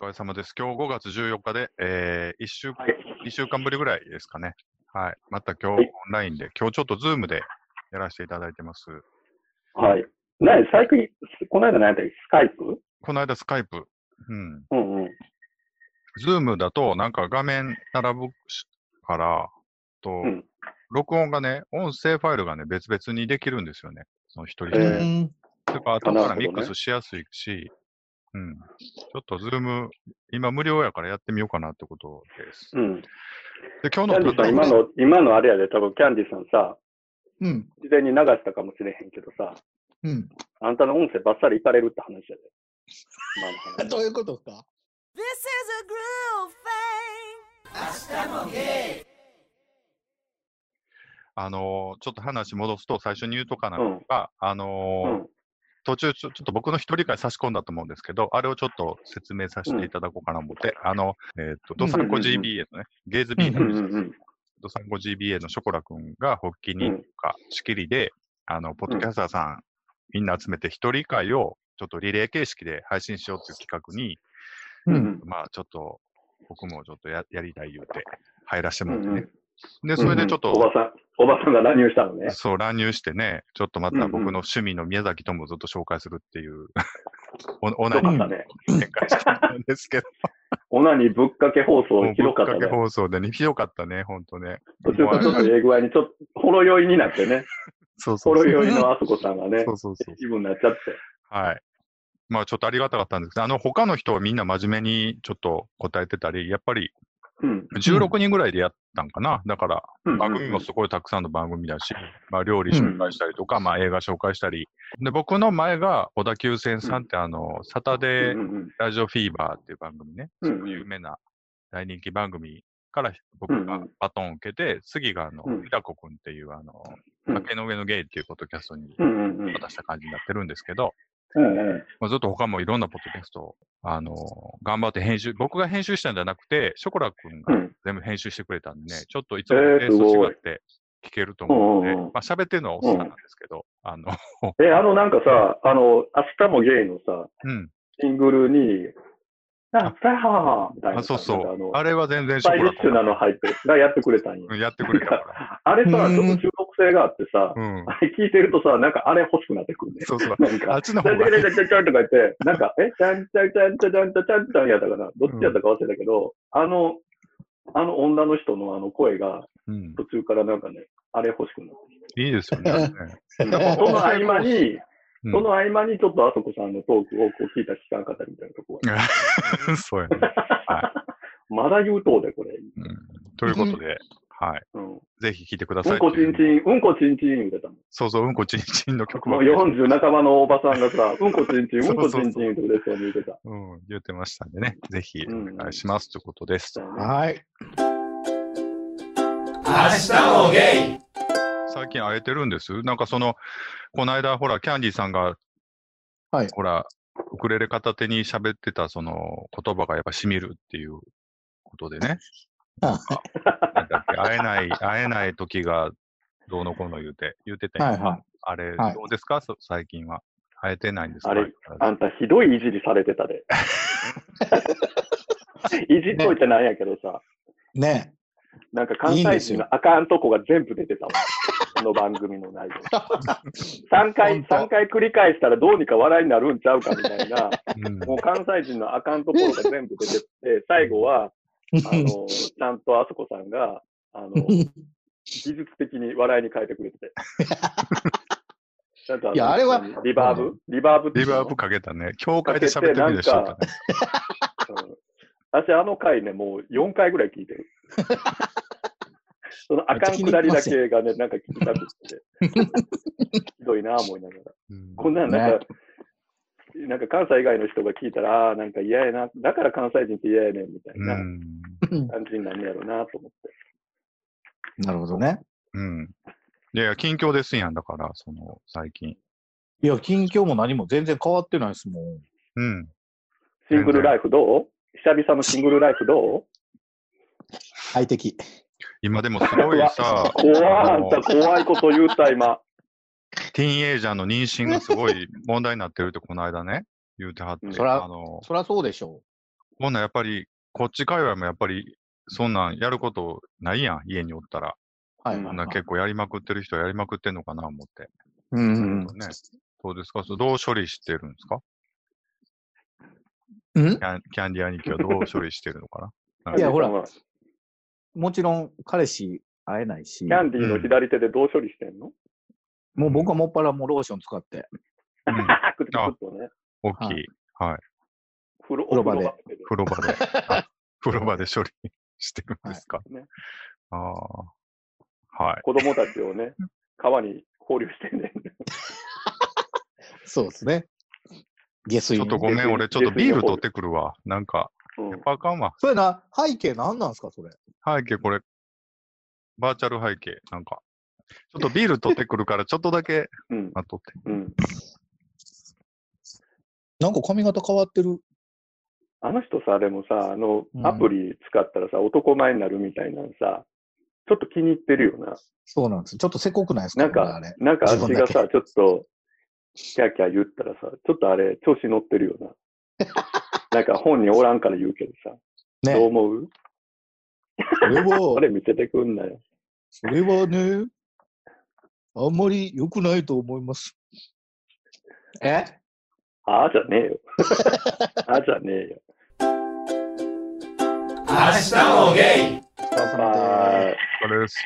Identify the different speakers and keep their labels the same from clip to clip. Speaker 1: お疲れ様です。今日5月14日で、えー、1週、一週間ぶりぐらいですかね。はい。また今日オンラインで、今日ちょっとズームでやらせていただいてます。
Speaker 2: はい。なに最近、この間何やったっけスカイプ
Speaker 1: この間スカイプ。うん。
Speaker 2: うんうん。
Speaker 1: ズームだと、なんか画面並ぶしから、と、
Speaker 2: ん
Speaker 1: 録音がね、音声ファイルがね、別々にできるんですよね。その一人一人。
Speaker 2: えー
Speaker 3: うん
Speaker 1: だから後から
Speaker 2: なる
Speaker 1: ミ
Speaker 2: ほ
Speaker 1: ッ
Speaker 2: どね
Speaker 1: クスしやすいし、うん。ちょっとズーム、今無料やからやってみようかなってことです。
Speaker 2: うん。
Speaker 1: で、今
Speaker 2: キャ
Speaker 1: 日
Speaker 2: ン
Speaker 1: の
Speaker 2: ディさん、今の、今のあれやで、多分キャンディさんさ、
Speaker 3: うん。
Speaker 2: 事前に流したかもしれへんけどさ、
Speaker 3: うん。
Speaker 2: あんたの音声ばっさりいかれるって話やで。今の話
Speaker 3: どういうことか
Speaker 4: This is a groove eh? thing.
Speaker 1: あのーちょっと話戻すと、最初に言うとかなのが、あの
Speaker 2: う
Speaker 1: ー
Speaker 2: ん。
Speaker 1: 途中ちょ、ちょっと僕の一人会差し込んだと思うんですけど、あれをちょっと説明させていただこうかなと思って、あの、えっ、と、ドサンコ GBA のね、ゲイズビーの
Speaker 2: うんうんうん。
Speaker 1: ドサンコ GBA のショコラ君が発起人とか仕切りで、あの、ポッドキャスターさん、みんな集めて一人会をちょっとリレー形式で配信しようっていう企画に、
Speaker 2: う
Speaker 3: うんん。
Speaker 1: まあちょっと、僕もちょっとややりたい言うて、入らして
Speaker 2: う
Speaker 1: もらってね。
Speaker 2: ん
Speaker 1: で、それでちょっと、
Speaker 2: おばさん、おばさんが乱入したのね。
Speaker 1: そう、乱入してね、ちょっとま
Speaker 2: うんう
Speaker 1: た
Speaker 2: ん
Speaker 1: 僕の趣味の宮崎ともずっと紹介するって いう、お、おな
Speaker 2: よ
Speaker 1: に
Speaker 2: かったね。
Speaker 1: 展開してたんですけど、
Speaker 2: オナにぶっかけ放送
Speaker 1: もう
Speaker 2: ひ
Speaker 1: ぶ
Speaker 2: ど
Speaker 1: っ
Speaker 2: かっ
Speaker 1: か
Speaker 2: た
Speaker 1: け
Speaker 2: ね。
Speaker 1: 放送でね、ひどかったね、ほんとね。
Speaker 2: 途中からちょっとええ具合に、ちょっと、ほろ酔いになってね。
Speaker 1: そうそ
Speaker 2: ほ
Speaker 1: うそ
Speaker 2: ろ
Speaker 1: う。
Speaker 2: 酔いのあそこさんがね
Speaker 1: そ、うそうそう。
Speaker 2: 気分になっちゃって。
Speaker 1: はい。まあちょっとありがたかったんですけど、あの他の人はみんな真面目にちょっと答えてたり、やっぱり
Speaker 2: うん。
Speaker 1: 16人ぐらいでやったんかな。だから
Speaker 2: うん
Speaker 1: 番組もすごいたくさんの番組だし、まあ料理紹介したりとか、まあ映画紹介したり。で、僕の前が小田急線さんってあの、サタ
Speaker 2: う
Speaker 1: デー
Speaker 2: んうんうん
Speaker 1: ラジオフィーバーっていう番組ね、
Speaker 2: うん
Speaker 1: す
Speaker 2: うん
Speaker 1: ごい有名な大人気番組から僕
Speaker 2: うん
Speaker 1: が
Speaker 2: うん
Speaker 1: バトンを受けて、次があの、
Speaker 2: うん
Speaker 1: ひだこくんっていうあの、
Speaker 2: うん
Speaker 1: 崖の上のゲイっていうポッドキャストに
Speaker 2: うんうんうん。
Speaker 1: 渡した感じになってるんですけど、
Speaker 2: うんうん
Speaker 1: まあ、ずっと他もいろんなポッドキャストを、あの、頑張って編集、僕が編集したんじゃなくて、ショコラくん
Speaker 2: う
Speaker 1: が
Speaker 2: ん。
Speaker 1: 全部編集してくれたんでね、ちょっといつも
Speaker 2: えー
Speaker 1: ベース
Speaker 2: す
Speaker 1: と
Speaker 2: ごい
Speaker 1: 違って聞けると思うので、
Speaker 2: うんうんうん
Speaker 1: まあ喋ってるのはおっさんなんですけど、あの、
Speaker 2: え、あのなんかさ、あの、明日もゲイのさ、
Speaker 1: うん、
Speaker 2: シングルに、あ、さあ、みたいな。
Speaker 1: あそう
Speaker 2: なんか
Speaker 1: そう。
Speaker 2: あの、
Speaker 1: あれは全然
Speaker 2: ス
Speaker 1: ショコ
Speaker 2: タイリ
Speaker 1: ラ
Speaker 2: ッシ
Speaker 1: く
Speaker 2: ュ
Speaker 1: ん
Speaker 2: なの入って、がやってくれたんよ。
Speaker 1: うんやってくれたか
Speaker 2: あれさ、ちょっ
Speaker 3: うん
Speaker 2: と中毒性があって
Speaker 1: ら。
Speaker 2: さ、
Speaker 1: うん。
Speaker 2: あれ聞いてるとさ、なんかあれ欲しくなってくるね。
Speaker 1: そうそう。
Speaker 2: なん
Speaker 1: あ
Speaker 2: か
Speaker 1: っ、ちの
Speaker 2: ち
Speaker 1: 方
Speaker 2: ゃん
Speaker 1: が
Speaker 2: ちゃんちゃんちゃんちゃんとか言って、なんか、え、ちゃんちゃんちゃんちゃんちゃんちゃんちゃんちゃんやったかな、どっちやったか忘れたけど、あの、あの女の人のあの声が、
Speaker 1: うん、
Speaker 2: 途中からなんかね、あれ欲しくなっ
Speaker 1: いいですよね。
Speaker 2: て。その合間に、
Speaker 1: うん
Speaker 2: その合間にちょっとあそこさんのトークをこう聞いた期間かったみたいなとこが。
Speaker 1: そうやね。は
Speaker 2: まだ言うとうで、これ。
Speaker 1: うんということで、はい。
Speaker 2: うん。
Speaker 1: ぜひ聴いてくだ
Speaker 2: う
Speaker 1: さ
Speaker 2: ん
Speaker 1: いって
Speaker 2: こち
Speaker 1: い
Speaker 2: ん
Speaker 1: う。
Speaker 2: ちん、うんこちんちん言うてたもん。
Speaker 1: そうそう、うんこちんちんの曲も
Speaker 2: もう、40半ばのおばさんがさ、うんこちんちん、う
Speaker 1: そ
Speaker 2: ん
Speaker 1: う
Speaker 2: こ
Speaker 1: そう
Speaker 2: ち
Speaker 1: そうん
Speaker 2: ちん言うてたもん言うてた。
Speaker 1: うん、言ってましたんでね。ぜひお願いしますということです。
Speaker 2: うん
Speaker 3: はい。
Speaker 1: 最近会えてるんですなんかその、この間、ほら、キャンディーさんが、
Speaker 3: はい
Speaker 1: ほら、ウクレレ片手に喋ってた、その、言葉がやっぱ染みるっていうことでね。
Speaker 3: あ
Speaker 1: なんだっけ会えない、会えない時が、どうのこうの言うて、言うてたやん
Speaker 3: はいはい
Speaker 1: あれ、
Speaker 3: はい
Speaker 1: どうですかそ最近は。会えてないんですか
Speaker 2: あれあんたひどいいじりされてた で。いじっといてなんやけどさ、
Speaker 3: ね
Speaker 2: なんか関
Speaker 3: いいん
Speaker 2: 西
Speaker 3: です
Speaker 2: 人
Speaker 3: よ
Speaker 2: のあかんとこが全部出て たわ。この番組の内容。3回、
Speaker 1: 本当
Speaker 2: 三回繰り返したらどうにか笑いになるんちゃうかみたいな、
Speaker 1: うん
Speaker 2: もう関西人のあかんところが全部出てって、最後は、あの、ちゃんとあそこさんが、あの、技術的に笑いに変えてくれてて。ちゃんとの
Speaker 3: いやあれは
Speaker 2: リバーブリバーブってい
Speaker 1: リ
Speaker 2: うの
Speaker 1: バーブかけたね。教会で喋ってるでしょうかね。
Speaker 2: うん私、あの回ね、もう4回ぐらい聞いてる。そのあかんくだりだけがね、なんか聞きたくって。ひどいなぁ思いながら。
Speaker 1: うん。
Speaker 2: こんなんなんか、なんか関西以外の人が聞いたら、ああ、なんか嫌やな、だから関西人って嫌やねんみたいうなん感じになるんやろうなと思って。
Speaker 3: なるほどね。
Speaker 1: うん。いやいや、近況ですやん、だから、その、最近。
Speaker 3: いや、近況も何も全然変わってないですもん。
Speaker 1: うん。
Speaker 2: シングルライフどう久々のシングルライフどう、
Speaker 3: 快適。
Speaker 1: 今でもすごいさ
Speaker 2: 怖
Speaker 1: あ
Speaker 2: い、あん
Speaker 1: の
Speaker 2: た怖いこと言うた、今。
Speaker 1: ティーンエイジャーの妊娠がすごい問題になってるって、この間ね、言うてはって。
Speaker 2: うん
Speaker 3: そら
Speaker 1: あの、
Speaker 3: そりゃそうでしょ
Speaker 1: ほんならやっぱり、こっち界隈もやっぱり、そんなんやることないやん、家におったら。
Speaker 3: はいはい
Speaker 2: うん
Speaker 1: ほ
Speaker 3: は
Speaker 1: ん
Speaker 3: い。
Speaker 1: なら結構やりまくってる人はやりまくってんのかな、思って。
Speaker 3: う
Speaker 1: ね。
Speaker 3: ん。
Speaker 1: そうですかそうどう処理してるんですか
Speaker 3: うん
Speaker 1: キャンキャンディ兄貴はどう処理してるのかな
Speaker 3: いやほら
Speaker 2: キ
Speaker 3: もちろん彼氏会えないし、
Speaker 2: ャンディーの左手でどう処理してん の、
Speaker 3: もう僕はもっぱらもうローション使って。
Speaker 1: うん
Speaker 2: くつくつとね。
Speaker 1: 大きい。はい。
Speaker 2: 風呂、
Speaker 3: 風呂場で
Speaker 2: お風
Speaker 1: 風呂
Speaker 2: 呂
Speaker 1: 場で、あ風呂場で処理してるんですか。
Speaker 2: いね
Speaker 1: ああ。はい。
Speaker 2: 場で子供たちをね、川に放流してんねん。
Speaker 3: そうですね。下水
Speaker 1: ちょ
Speaker 3: の
Speaker 1: っとごめん、俺ちょっとビール取ってくるわ。なんか、
Speaker 2: うん
Speaker 1: やっぱあかんわ。
Speaker 3: そうやな、背景なんなんですか、それ。
Speaker 1: 背景これ、バーチャル背景、なんか。ちょっとビール取ってくるから、ちょっとだけ、
Speaker 2: うん。
Speaker 1: あ、取って。
Speaker 2: うん。
Speaker 3: なんか髪型変わってる。
Speaker 2: あの人さ、でもさ、あの
Speaker 3: う、ん
Speaker 2: アプリ使ったらさ、男前になるみたいなのさ、ちょっと気に入ってるよな。
Speaker 3: そうなんです。ちょっとせこくないですか、
Speaker 2: なん
Speaker 3: これ
Speaker 2: か
Speaker 3: あれ、。
Speaker 2: なんかあっちが
Speaker 3: 自分
Speaker 2: さ、ちょっと、キャーキャー言ったらさ、ちょっとあれ、調子乗ってるよな。 なんか本におらんから言うけどさ、どう
Speaker 3: ね。
Speaker 2: 思う
Speaker 3: それ は
Speaker 2: あ、れ見せてくんなよ。
Speaker 3: それはね、あんまり良くないと思います。え
Speaker 2: ああじゃねえ よ。ああじゃねえよ。
Speaker 5: 明日もゲイ
Speaker 2: あー
Speaker 1: これです。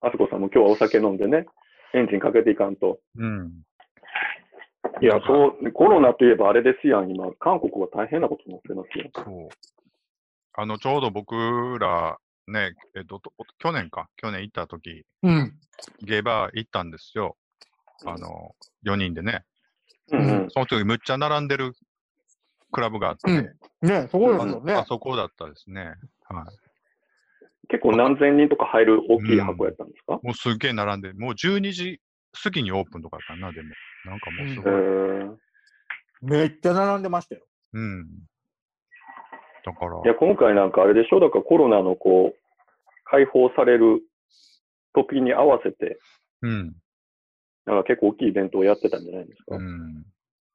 Speaker 2: あそこさんも今日はお酒飲んでね、エンジンかけていかんと。
Speaker 1: うん。
Speaker 2: いや、そう、コロナといえばあれですやん、今、韓国は大変なことになってますよ。
Speaker 1: そう。あの、ちょうど僕ら、ね、えっと、と去年か、去年行った時、
Speaker 3: うん。
Speaker 1: ゲイバー行ったんですよ。あの、4人でね。
Speaker 2: うんうん。
Speaker 1: その時むっちゃ並んでるクラブがあって、
Speaker 3: うんねそうう
Speaker 2: で
Speaker 3: ですす
Speaker 2: よ
Speaker 3: よ
Speaker 1: あ
Speaker 3: ね。
Speaker 1: そこだったですね。はい。
Speaker 2: 結構何千人とか入る大きい箱やったんですか、
Speaker 1: もうすっげえ並んで、もう12時過ぎにオープンとかかな、でも。なんかもうす
Speaker 2: へ
Speaker 1: ごい。
Speaker 2: ー
Speaker 3: めっちゃ並んでましたよ。
Speaker 1: うん。だから
Speaker 2: い、や、今回なんかあれでしょだからコロナのこう、解放される時に合わせて、
Speaker 1: うん。
Speaker 2: なんか結構大きいイベントをやってたんじゃないですか、
Speaker 1: うん。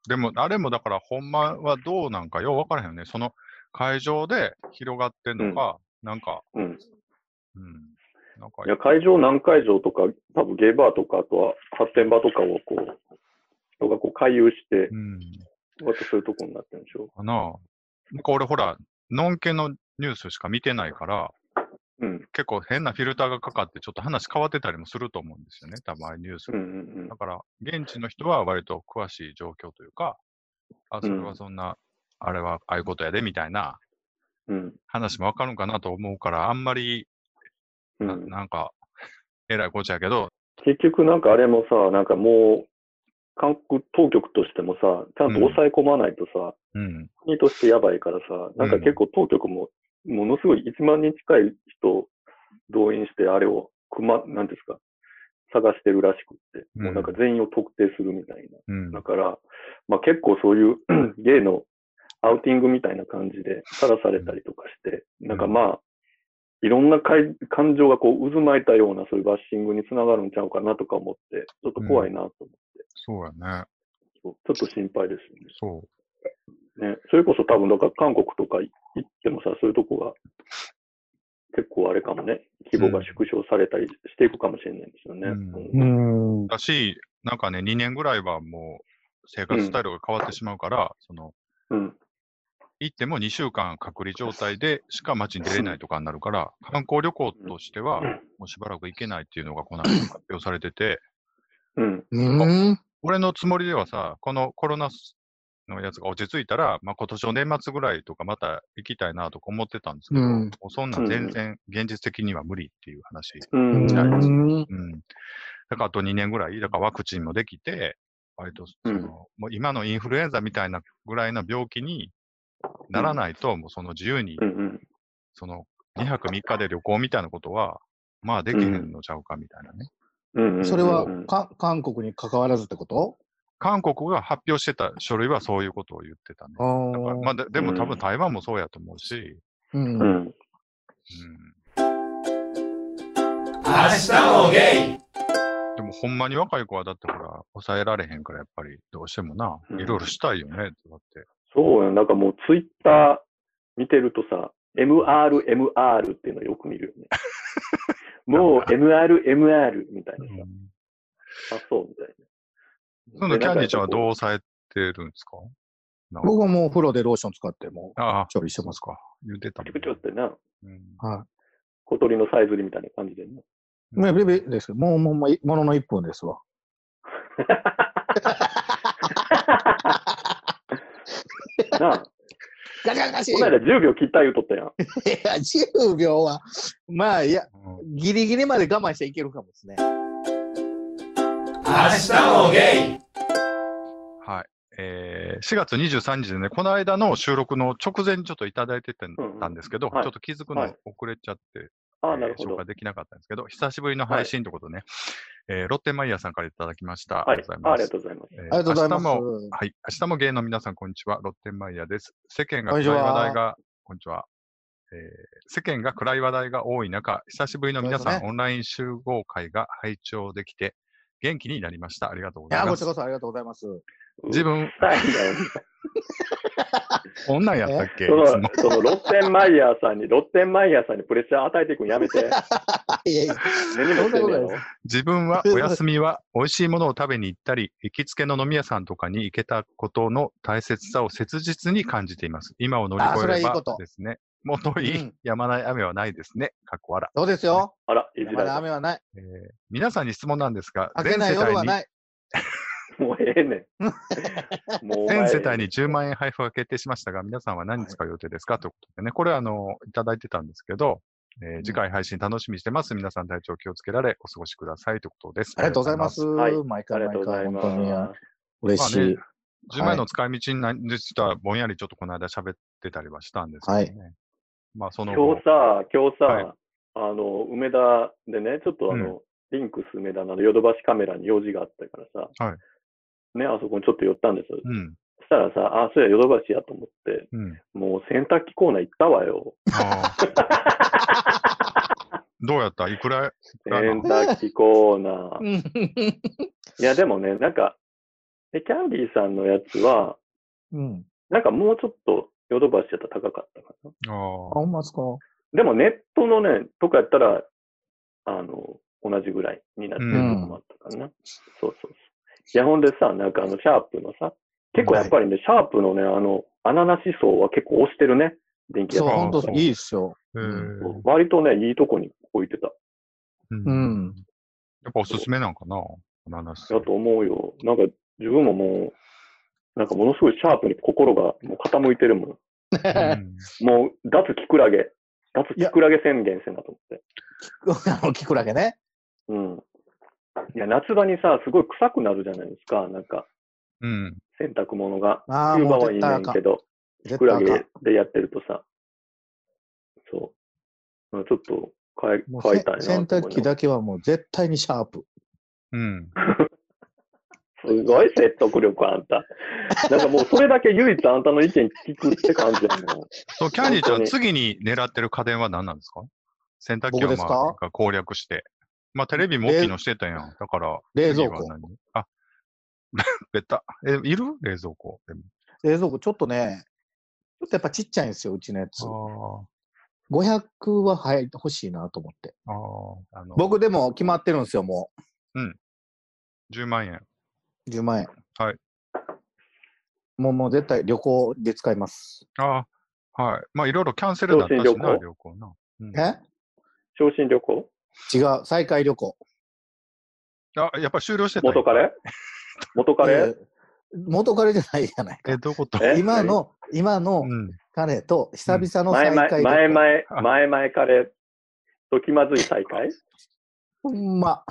Speaker 1: でも、あれもだから、ほんまはどうなんかよう分からへんよね。その会場で広がってんのか、なんか、
Speaker 2: うん。
Speaker 1: うん。なんか
Speaker 2: い、や、会場何会場とか、多分ゲイバーとか、あとは発展場とかをこう、人がこう回遊して
Speaker 1: う、ん。
Speaker 2: こうやってするとこになってるんでしょ
Speaker 1: かな。なんか俺、ほら、のんけのニュースしか見てないから、
Speaker 2: うん。
Speaker 1: 結構変なフィルターがかかって、ちょっと話変わってたりもすると思うんですよね。多分ああいうニュース
Speaker 2: うんうんうん
Speaker 1: だ。から、現地の人は割と詳しい状況というか、あ、それはそんな、あれはああいうことやでみたいな
Speaker 2: うん。
Speaker 1: 話もわかるんかなと思うから、あんまり、
Speaker 2: う、
Speaker 1: なんなんか、えらいこっちゃやけど、
Speaker 2: 結局なんかあれもさ、なんかもう、韓国当局としてもさ、ちゃんと抑え込まないとさ、
Speaker 1: うん、
Speaker 2: 国としてやばいからさ、なんか結構当局も、ものすごい1万人近い人を動員して、あれを、くま、なんていうんですか、探してるらしくって、
Speaker 1: うん
Speaker 2: もうなんか全員を特定するみたい
Speaker 1: うん
Speaker 2: な。だ、から、まあ結構そういう ゲイのアウティングみたいな感じでさらされたりとかして、なんかまあ、いろんなかい感情がこう渦巻いたようなそういうバッシングにつながるんちゃうかなとか思って、ちょっと怖いなと
Speaker 1: そうやね。
Speaker 2: 思って、ちょっと心配ですよね。
Speaker 1: そ
Speaker 2: ね、それこそ多分、だから韓国とかい行ってもさ、そういうとこが結構あれかもね、規模が縮小されたりしていくかもしれないですよね。
Speaker 1: うん
Speaker 2: うん
Speaker 3: ん
Speaker 1: う。。だし、なんかね、2年ぐらいはもう、生活スタイルが変わってしまうから、その、
Speaker 2: うん
Speaker 1: 行っても2週間隔離状態でしか街に出れないとかになるから、観光旅行としては、もうしばらく行けないっていうのがこの間発表されてて、
Speaker 2: うん
Speaker 3: うん。
Speaker 1: 俺のつもりではさ、このコロナのやつが落ち着いたら、まあ、今年の年末ぐらいとかまた行きたいなとか思ってたんですけど、
Speaker 3: うん
Speaker 1: もうそんなん全然現実的には無理っていう話。
Speaker 2: うん
Speaker 1: う
Speaker 2: う
Speaker 1: ん
Speaker 2: ん
Speaker 1: うん。だからあと2年ぐらい、だからワクチンもできて、割とその、
Speaker 2: うん
Speaker 1: もう今のインフルエンザみたいなぐらいの病気にならないと、もうその自由に、
Speaker 2: うん
Speaker 1: その2泊3日で旅行みたいなことは、まあできへんのちゃうかみたいなね。
Speaker 2: うんうん
Speaker 3: それは
Speaker 2: うん
Speaker 3: か韓国に関わらずってこと
Speaker 1: 韓国が発表してた書類はそういうことを言ってたね。だからまあででも多分台湾もそうやと思うし、
Speaker 2: う
Speaker 3: う。
Speaker 2: んん
Speaker 5: 明日もゲイ
Speaker 1: うん、でもほんまに若い子はだってほら、抑えられへんからやっぱりどうしてもな、
Speaker 2: うん
Speaker 1: いろいろしたいよね、だって。
Speaker 2: そうやん。なんかもうツイッター見てるとさ、MR、MR っていうのよく見るよ ね。もう MR、MR みたいなさ。あ、そうみたいな。
Speaker 1: そのキャンディちゃんは
Speaker 2: う
Speaker 1: どうされてるんですかなんか
Speaker 3: 僕はもうお風呂でローション使って、もう、
Speaker 1: ああ、
Speaker 3: 調理して
Speaker 1: そう
Speaker 3: ま
Speaker 1: ですす。か。言ってたもん
Speaker 2: 菊池ってな、
Speaker 1: うん
Speaker 3: は
Speaker 2: 小鳥のさえずりみたいな感じでね。
Speaker 3: い。まあ、ビビですけど、もう、もう、もうものの1分ですわ。
Speaker 2: なあ、
Speaker 3: ガチガチガチ
Speaker 2: この間10秒切った言うと ったやん。
Speaker 3: いや、10秒は、まあ、いや、
Speaker 1: うん
Speaker 3: ギリギリまで我慢していけるかもですね。
Speaker 5: 明日もゲイ
Speaker 1: はい。えー4月23日でね、この間の収録の直前にちょっといただいててん
Speaker 2: うんうん
Speaker 1: たんですけど、
Speaker 2: はい
Speaker 1: ちょっと気づくの
Speaker 2: はい
Speaker 1: 遅れちゃって、
Speaker 2: ああ、
Speaker 1: えー
Speaker 2: なるほ
Speaker 1: 紹
Speaker 2: ど。
Speaker 1: 介できなかったんですけど、久しぶりの配信ということでね、えーロッテマイヤーさんからいただきました。
Speaker 2: はい、あありが
Speaker 1: す。
Speaker 2: とうございます。
Speaker 1: えー
Speaker 3: ありがとうございま
Speaker 1: 明
Speaker 3: す。
Speaker 1: 日もはい。明日も芸の皆さん、こんにちは。ロッテンマイヤーです。世間が
Speaker 3: こんにち
Speaker 1: 暗い
Speaker 3: は
Speaker 1: 話題が、こんにちは。えー世間が暗い話題が多い中、久しぶりの皆
Speaker 3: そ
Speaker 1: さ
Speaker 3: うで
Speaker 1: ん、
Speaker 3: すね
Speaker 1: オンライン集合会が拝聴できて、元気になりました。ありがとうご
Speaker 3: い
Speaker 1: ざい
Speaker 3: や、
Speaker 1: ま
Speaker 3: こ
Speaker 1: す
Speaker 3: ちら。こそありがとうございます。
Speaker 1: 自分、
Speaker 2: はいだよね
Speaker 1: こんなんやったっけい
Speaker 2: そ
Speaker 1: つも
Speaker 2: の、その、ロッテンマイヤーさんに、ロッテンマイヤーさんにプレッシャー与えていくのやめ て。
Speaker 3: あ、いやいや、
Speaker 2: 目にもしてんねやろ
Speaker 3: そんなことないで
Speaker 1: 自分はお休みは美味しいものを食べに行ったり、行きつけの飲み屋さんとかに行けたことの大切さを切実に感じています。今を乗り
Speaker 3: あそ
Speaker 1: 越え
Speaker 3: れはい
Speaker 1: れ
Speaker 3: い
Speaker 1: ば
Speaker 3: こと
Speaker 1: ですね。もとい、
Speaker 3: うん
Speaker 1: やまない雨はないですね。かっこわら、
Speaker 3: そうですよ。
Speaker 2: あら、いじ
Speaker 3: まだ
Speaker 2: られ
Speaker 3: 雨はない。
Speaker 1: えー皆さんに質問なんですが、
Speaker 3: 明け
Speaker 1: 全
Speaker 3: ない
Speaker 1: 世
Speaker 3: 夜は
Speaker 1: 帯に
Speaker 3: ない。
Speaker 2: た。もうええね ん。もうお前
Speaker 1: 全世帯に10万円配布が決定しましたが、皆さんは何に使う予定ですか、ということでね、これあの、いただいてたんですけど、えー次回配信楽しみにしてます。皆さん体調気をつけられ、お過ごしくださいということです。
Speaker 3: ありがとうございます。
Speaker 2: はい
Speaker 3: 毎
Speaker 2: あり
Speaker 3: 回
Speaker 2: がとう
Speaker 3: 毎
Speaker 2: ござ
Speaker 3: 回、
Speaker 2: い
Speaker 3: 本
Speaker 2: ま
Speaker 3: 当に
Speaker 2: す。
Speaker 3: 嬉しい。
Speaker 1: 10万円の使い道にな実はぼんやりちょっとこの間喋ってたりはしたんですけどね。まあその
Speaker 2: 今
Speaker 1: 後
Speaker 2: 日、さ、今日さ、
Speaker 1: はい
Speaker 2: あの、梅田でね、ちょっとあの、リンクス梅田のあのヨドバシカメラに用事があったからさ、
Speaker 1: は
Speaker 2: ね、あそこにちょっと寄ったんですよ。
Speaker 1: うん、
Speaker 2: そしたらさ、あ、そうや、ヨドバシやと思って、
Speaker 1: うん。
Speaker 2: もう洗濯機コーナー行ったわよ。
Speaker 1: ああどうやったいくら、なる
Speaker 2: 洗濯機コーナー。
Speaker 3: うん
Speaker 2: いや、でもね、なんか、えキャンディーさんのやつは、
Speaker 3: うん。
Speaker 2: なんかもうちょっとヨドバシやったら高かったかな。
Speaker 1: あ
Speaker 3: あ、
Speaker 1: あ
Speaker 3: ほんまですか。
Speaker 2: でもネットのね、とかやったら、あの、同じぐらいになってるとこもあったかな。そうそうそう。いや、ほんでさ、なんかあの、シャープのさ、結構やっぱりね、シャープのね、あの、アナナシソウは結構押してるね、電気屋
Speaker 3: そう、
Speaker 2: さん。
Speaker 3: 本当いいっすよ。
Speaker 1: えー
Speaker 2: そう割とね、いいとこに置いてた。
Speaker 1: う。
Speaker 3: うんん。
Speaker 1: やっぱおすすめなんかなバナナス
Speaker 2: だと思うよ。なんか、自分ももう、なんかものすごいシャープに心がもう傾いてるもん。
Speaker 1: うん
Speaker 2: もう、脱キクラゲ、脱キクラゲ宣言せなと思って。
Speaker 3: あの、キクラゲね。
Speaker 2: うん。いや、夏場にさ、すごい臭くなるじゃないですか、なんか、
Speaker 1: うん。
Speaker 2: 洗濯物が。
Speaker 3: ああ、
Speaker 2: 冬場
Speaker 3: もう
Speaker 2: はいいね
Speaker 3: 絶対
Speaker 2: ん
Speaker 3: あかん
Speaker 2: け。ど、キ
Speaker 3: 絶
Speaker 2: ク
Speaker 3: 対
Speaker 2: ラ
Speaker 3: あか
Speaker 2: ゲで
Speaker 3: ん。
Speaker 2: やってるとさ、そう。まあちょっと変え、
Speaker 3: もう
Speaker 2: 変え
Speaker 3: せ
Speaker 2: たいなと思
Speaker 3: 洗
Speaker 2: います。
Speaker 3: 濯機だけはもう絶対にシャープ。
Speaker 1: うん。
Speaker 2: すごい説得力、あんた。なんかもうそれだけ唯一あんたの意見聞くって感じやもん。
Speaker 1: そう、キャンディーちゃ
Speaker 2: 本当
Speaker 1: ん、
Speaker 2: に
Speaker 1: 次に狙ってる家電は何なんですか洗濯機
Speaker 3: 僕
Speaker 1: を
Speaker 3: です
Speaker 1: ま
Speaker 3: か
Speaker 1: あなんか攻略して。まあ、テレビも大きいのしてたやん。だから、
Speaker 3: 冷蔵
Speaker 1: 次
Speaker 3: 庫
Speaker 1: は。何。あ、 べた。え、いる冷蔵庫。で
Speaker 3: 冷蔵庫、ちょっとね、ちょっとやっぱちっちゃいんですよ、うちのやつ。
Speaker 1: も
Speaker 3: 500は入ってほしいなと思って。
Speaker 1: ああ。あの、
Speaker 3: 僕でも決まってるんですよ、も
Speaker 1: 10万円。
Speaker 3: う。10万円。
Speaker 1: はい。
Speaker 3: もう、もう絶対旅行で使います。
Speaker 1: ああ、はい。まあ、いろいろキャンセルだったし
Speaker 2: 同心旅
Speaker 1: な、
Speaker 2: 行
Speaker 1: 旅行な。うん
Speaker 3: え
Speaker 2: 昇進旅行
Speaker 3: 違う、再開旅行。
Speaker 1: あ、やっぱり終了してた。
Speaker 2: 元 カレ元カレ
Speaker 3: えー元彼じゃないじゃない
Speaker 1: え、
Speaker 3: か。
Speaker 1: どういうこと
Speaker 2: え
Speaker 3: 今の、今の
Speaker 1: うん。
Speaker 3: 彼と久々の
Speaker 2: 前
Speaker 3: 再
Speaker 2: 々
Speaker 3: 会旅行。
Speaker 2: 前々
Speaker 1: あ
Speaker 2: 前々カレと気まずい 再会
Speaker 3: ほんま。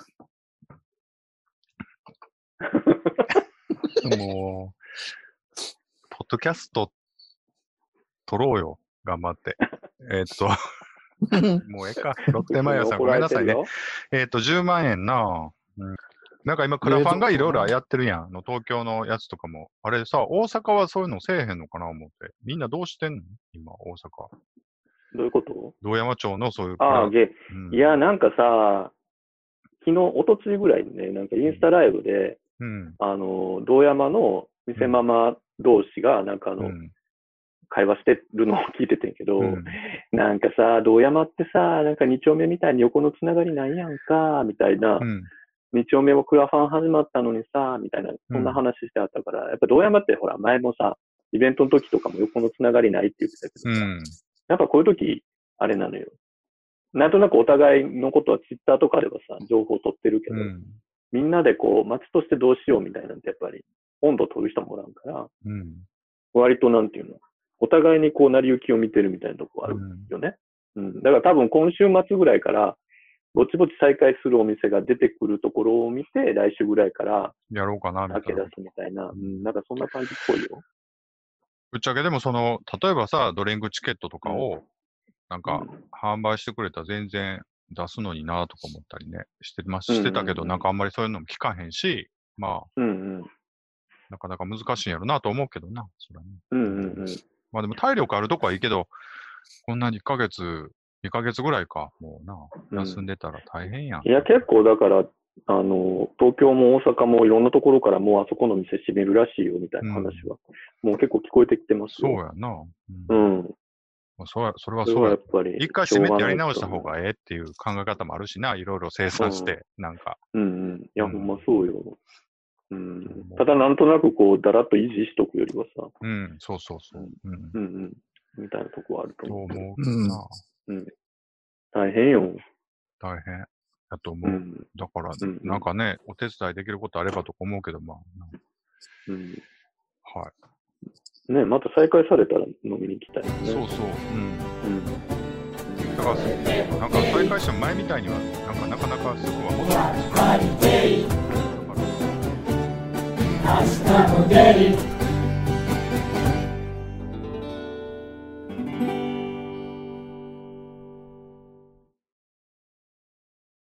Speaker 1: もう、ポッドキャスト、撮ろうよ。頑張って。えっと、もうええ か。ロッテマイヤーさん、ごめんなさいね。えっ、と、10万円な、うん、なんか今、クラファンがいろいろやってるやん。あの東京のやつとかも。あれさ、大阪はそういうのせえへんのかな思って。みんなどうしてんの今、大阪。
Speaker 2: どういうこと
Speaker 1: 道山町のそういうクラ
Speaker 2: ああ、ゲ
Speaker 1: うん
Speaker 2: ー。いや、なんかさ、昨日、おとついぐらいにね、なんかインスタライブで、
Speaker 1: うん。
Speaker 2: あの、道山の店ママ同士が、なんかあ
Speaker 1: う
Speaker 2: の、
Speaker 1: ん。
Speaker 2: 会話してるのを聞いててんけど、
Speaker 1: うん
Speaker 2: なんかさ、道山ってさ、なんか二丁目みたいに横のつながりないやんか、みたいな、
Speaker 1: うん。
Speaker 2: 二丁目もクラファン始まったのにさ、みたいな、そんな話してあったから、やっぱ道山ってほら、前もさ、イベントの時とかも横のつながりないって言ってたけ
Speaker 1: う
Speaker 2: どさ、
Speaker 1: ん。
Speaker 2: やっぱこういう時、あれなのよ。なんとなくお互いのことはツイッターとかではさ、情報を取ってるけど、
Speaker 1: うん。
Speaker 2: みんなでこう、街としてどうしようみたいなんて、やっぱり、温度取る人もおらんから、
Speaker 1: うん。
Speaker 2: 割となんていうの、お互いにこう、成り行きを見てるみたいなとこあるよね。うん。だから多分今週末ぐらいから、ぼちぼち再開するお店が出てくるところを見て、来週ぐらいから
Speaker 1: やろうかな、み
Speaker 2: 開
Speaker 1: た
Speaker 2: け
Speaker 1: い
Speaker 2: 出
Speaker 1: な
Speaker 2: す。みたいな、うん、なんかそんな感じっぽいよ。
Speaker 1: ぶっちゃけでもその、例えばさ、ドリンクチケットとかを、なんか、販売してくれたら全然出すのになとか思ったりね、してます、してたけ
Speaker 2: うんうんう
Speaker 1: ど、
Speaker 2: ん
Speaker 1: なんかあんまりそういうのも聞かへんし、まあ、
Speaker 2: うん
Speaker 1: なかなか難しいんやろなと思うけどな、それはね。
Speaker 2: うん。うんうんうん。
Speaker 1: まあでも体力あるとこはいいけど、こんな1ヶ月、2ヶ月ぐらいか、もうな、
Speaker 2: うん
Speaker 1: 休んでたら大変やん。
Speaker 2: いや、結構だから、あの、東京も大阪もいろんなところからもうあそこの店閉めるらしいよみたいな話は、もう結構聞こえてきてます
Speaker 1: そう
Speaker 2: よ。
Speaker 1: やな。う
Speaker 2: う
Speaker 1: ん。
Speaker 2: ん。
Speaker 1: まあそれそれは
Speaker 2: それは
Speaker 1: そう
Speaker 2: や
Speaker 1: や
Speaker 2: っ。ぱり。
Speaker 1: 一回閉めてやり直した
Speaker 2: しょう
Speaker 1: 方がええっていう考え方もあるしな、いろいろ生産して、なんか。
Speaker 2: うんうん。いや、
Speaker 1: うん
Speaker 2: ほんまそうよ。うん。ただ、なんとなくこう、だらっと維持しとくよりはさ、
Speaker 1: うん、そうそうそう。うん。
Speaker 2: うんうん。みたいなとこはあると
Speaker 1: と
Speaker 2: 思う。
Speaker 1: 思うけどな。
Speaker 2: 大変よ。
Speaker 1: 大変だと思
Speaker 2: う
Speaker 1: う。
Speaker 2: ん。
Speaker 1: だから
Speaker 2: う、ん
Speaker 1: なんかね、お手伝いできることあればとか思うけど、まあ
Speaker 2: うん。
Speaker 1: な、はい。
Speaker 2: ね、また再開されたら飲みに行きたいね。
Speaker 1: そうそう。うん。
Speaker 2: うん。
Speaker 1: だから、なんか再開しても前みたいには、なんかなかなかすぐは戻らないですよね。だから
Speaker 5: Hasta Hasta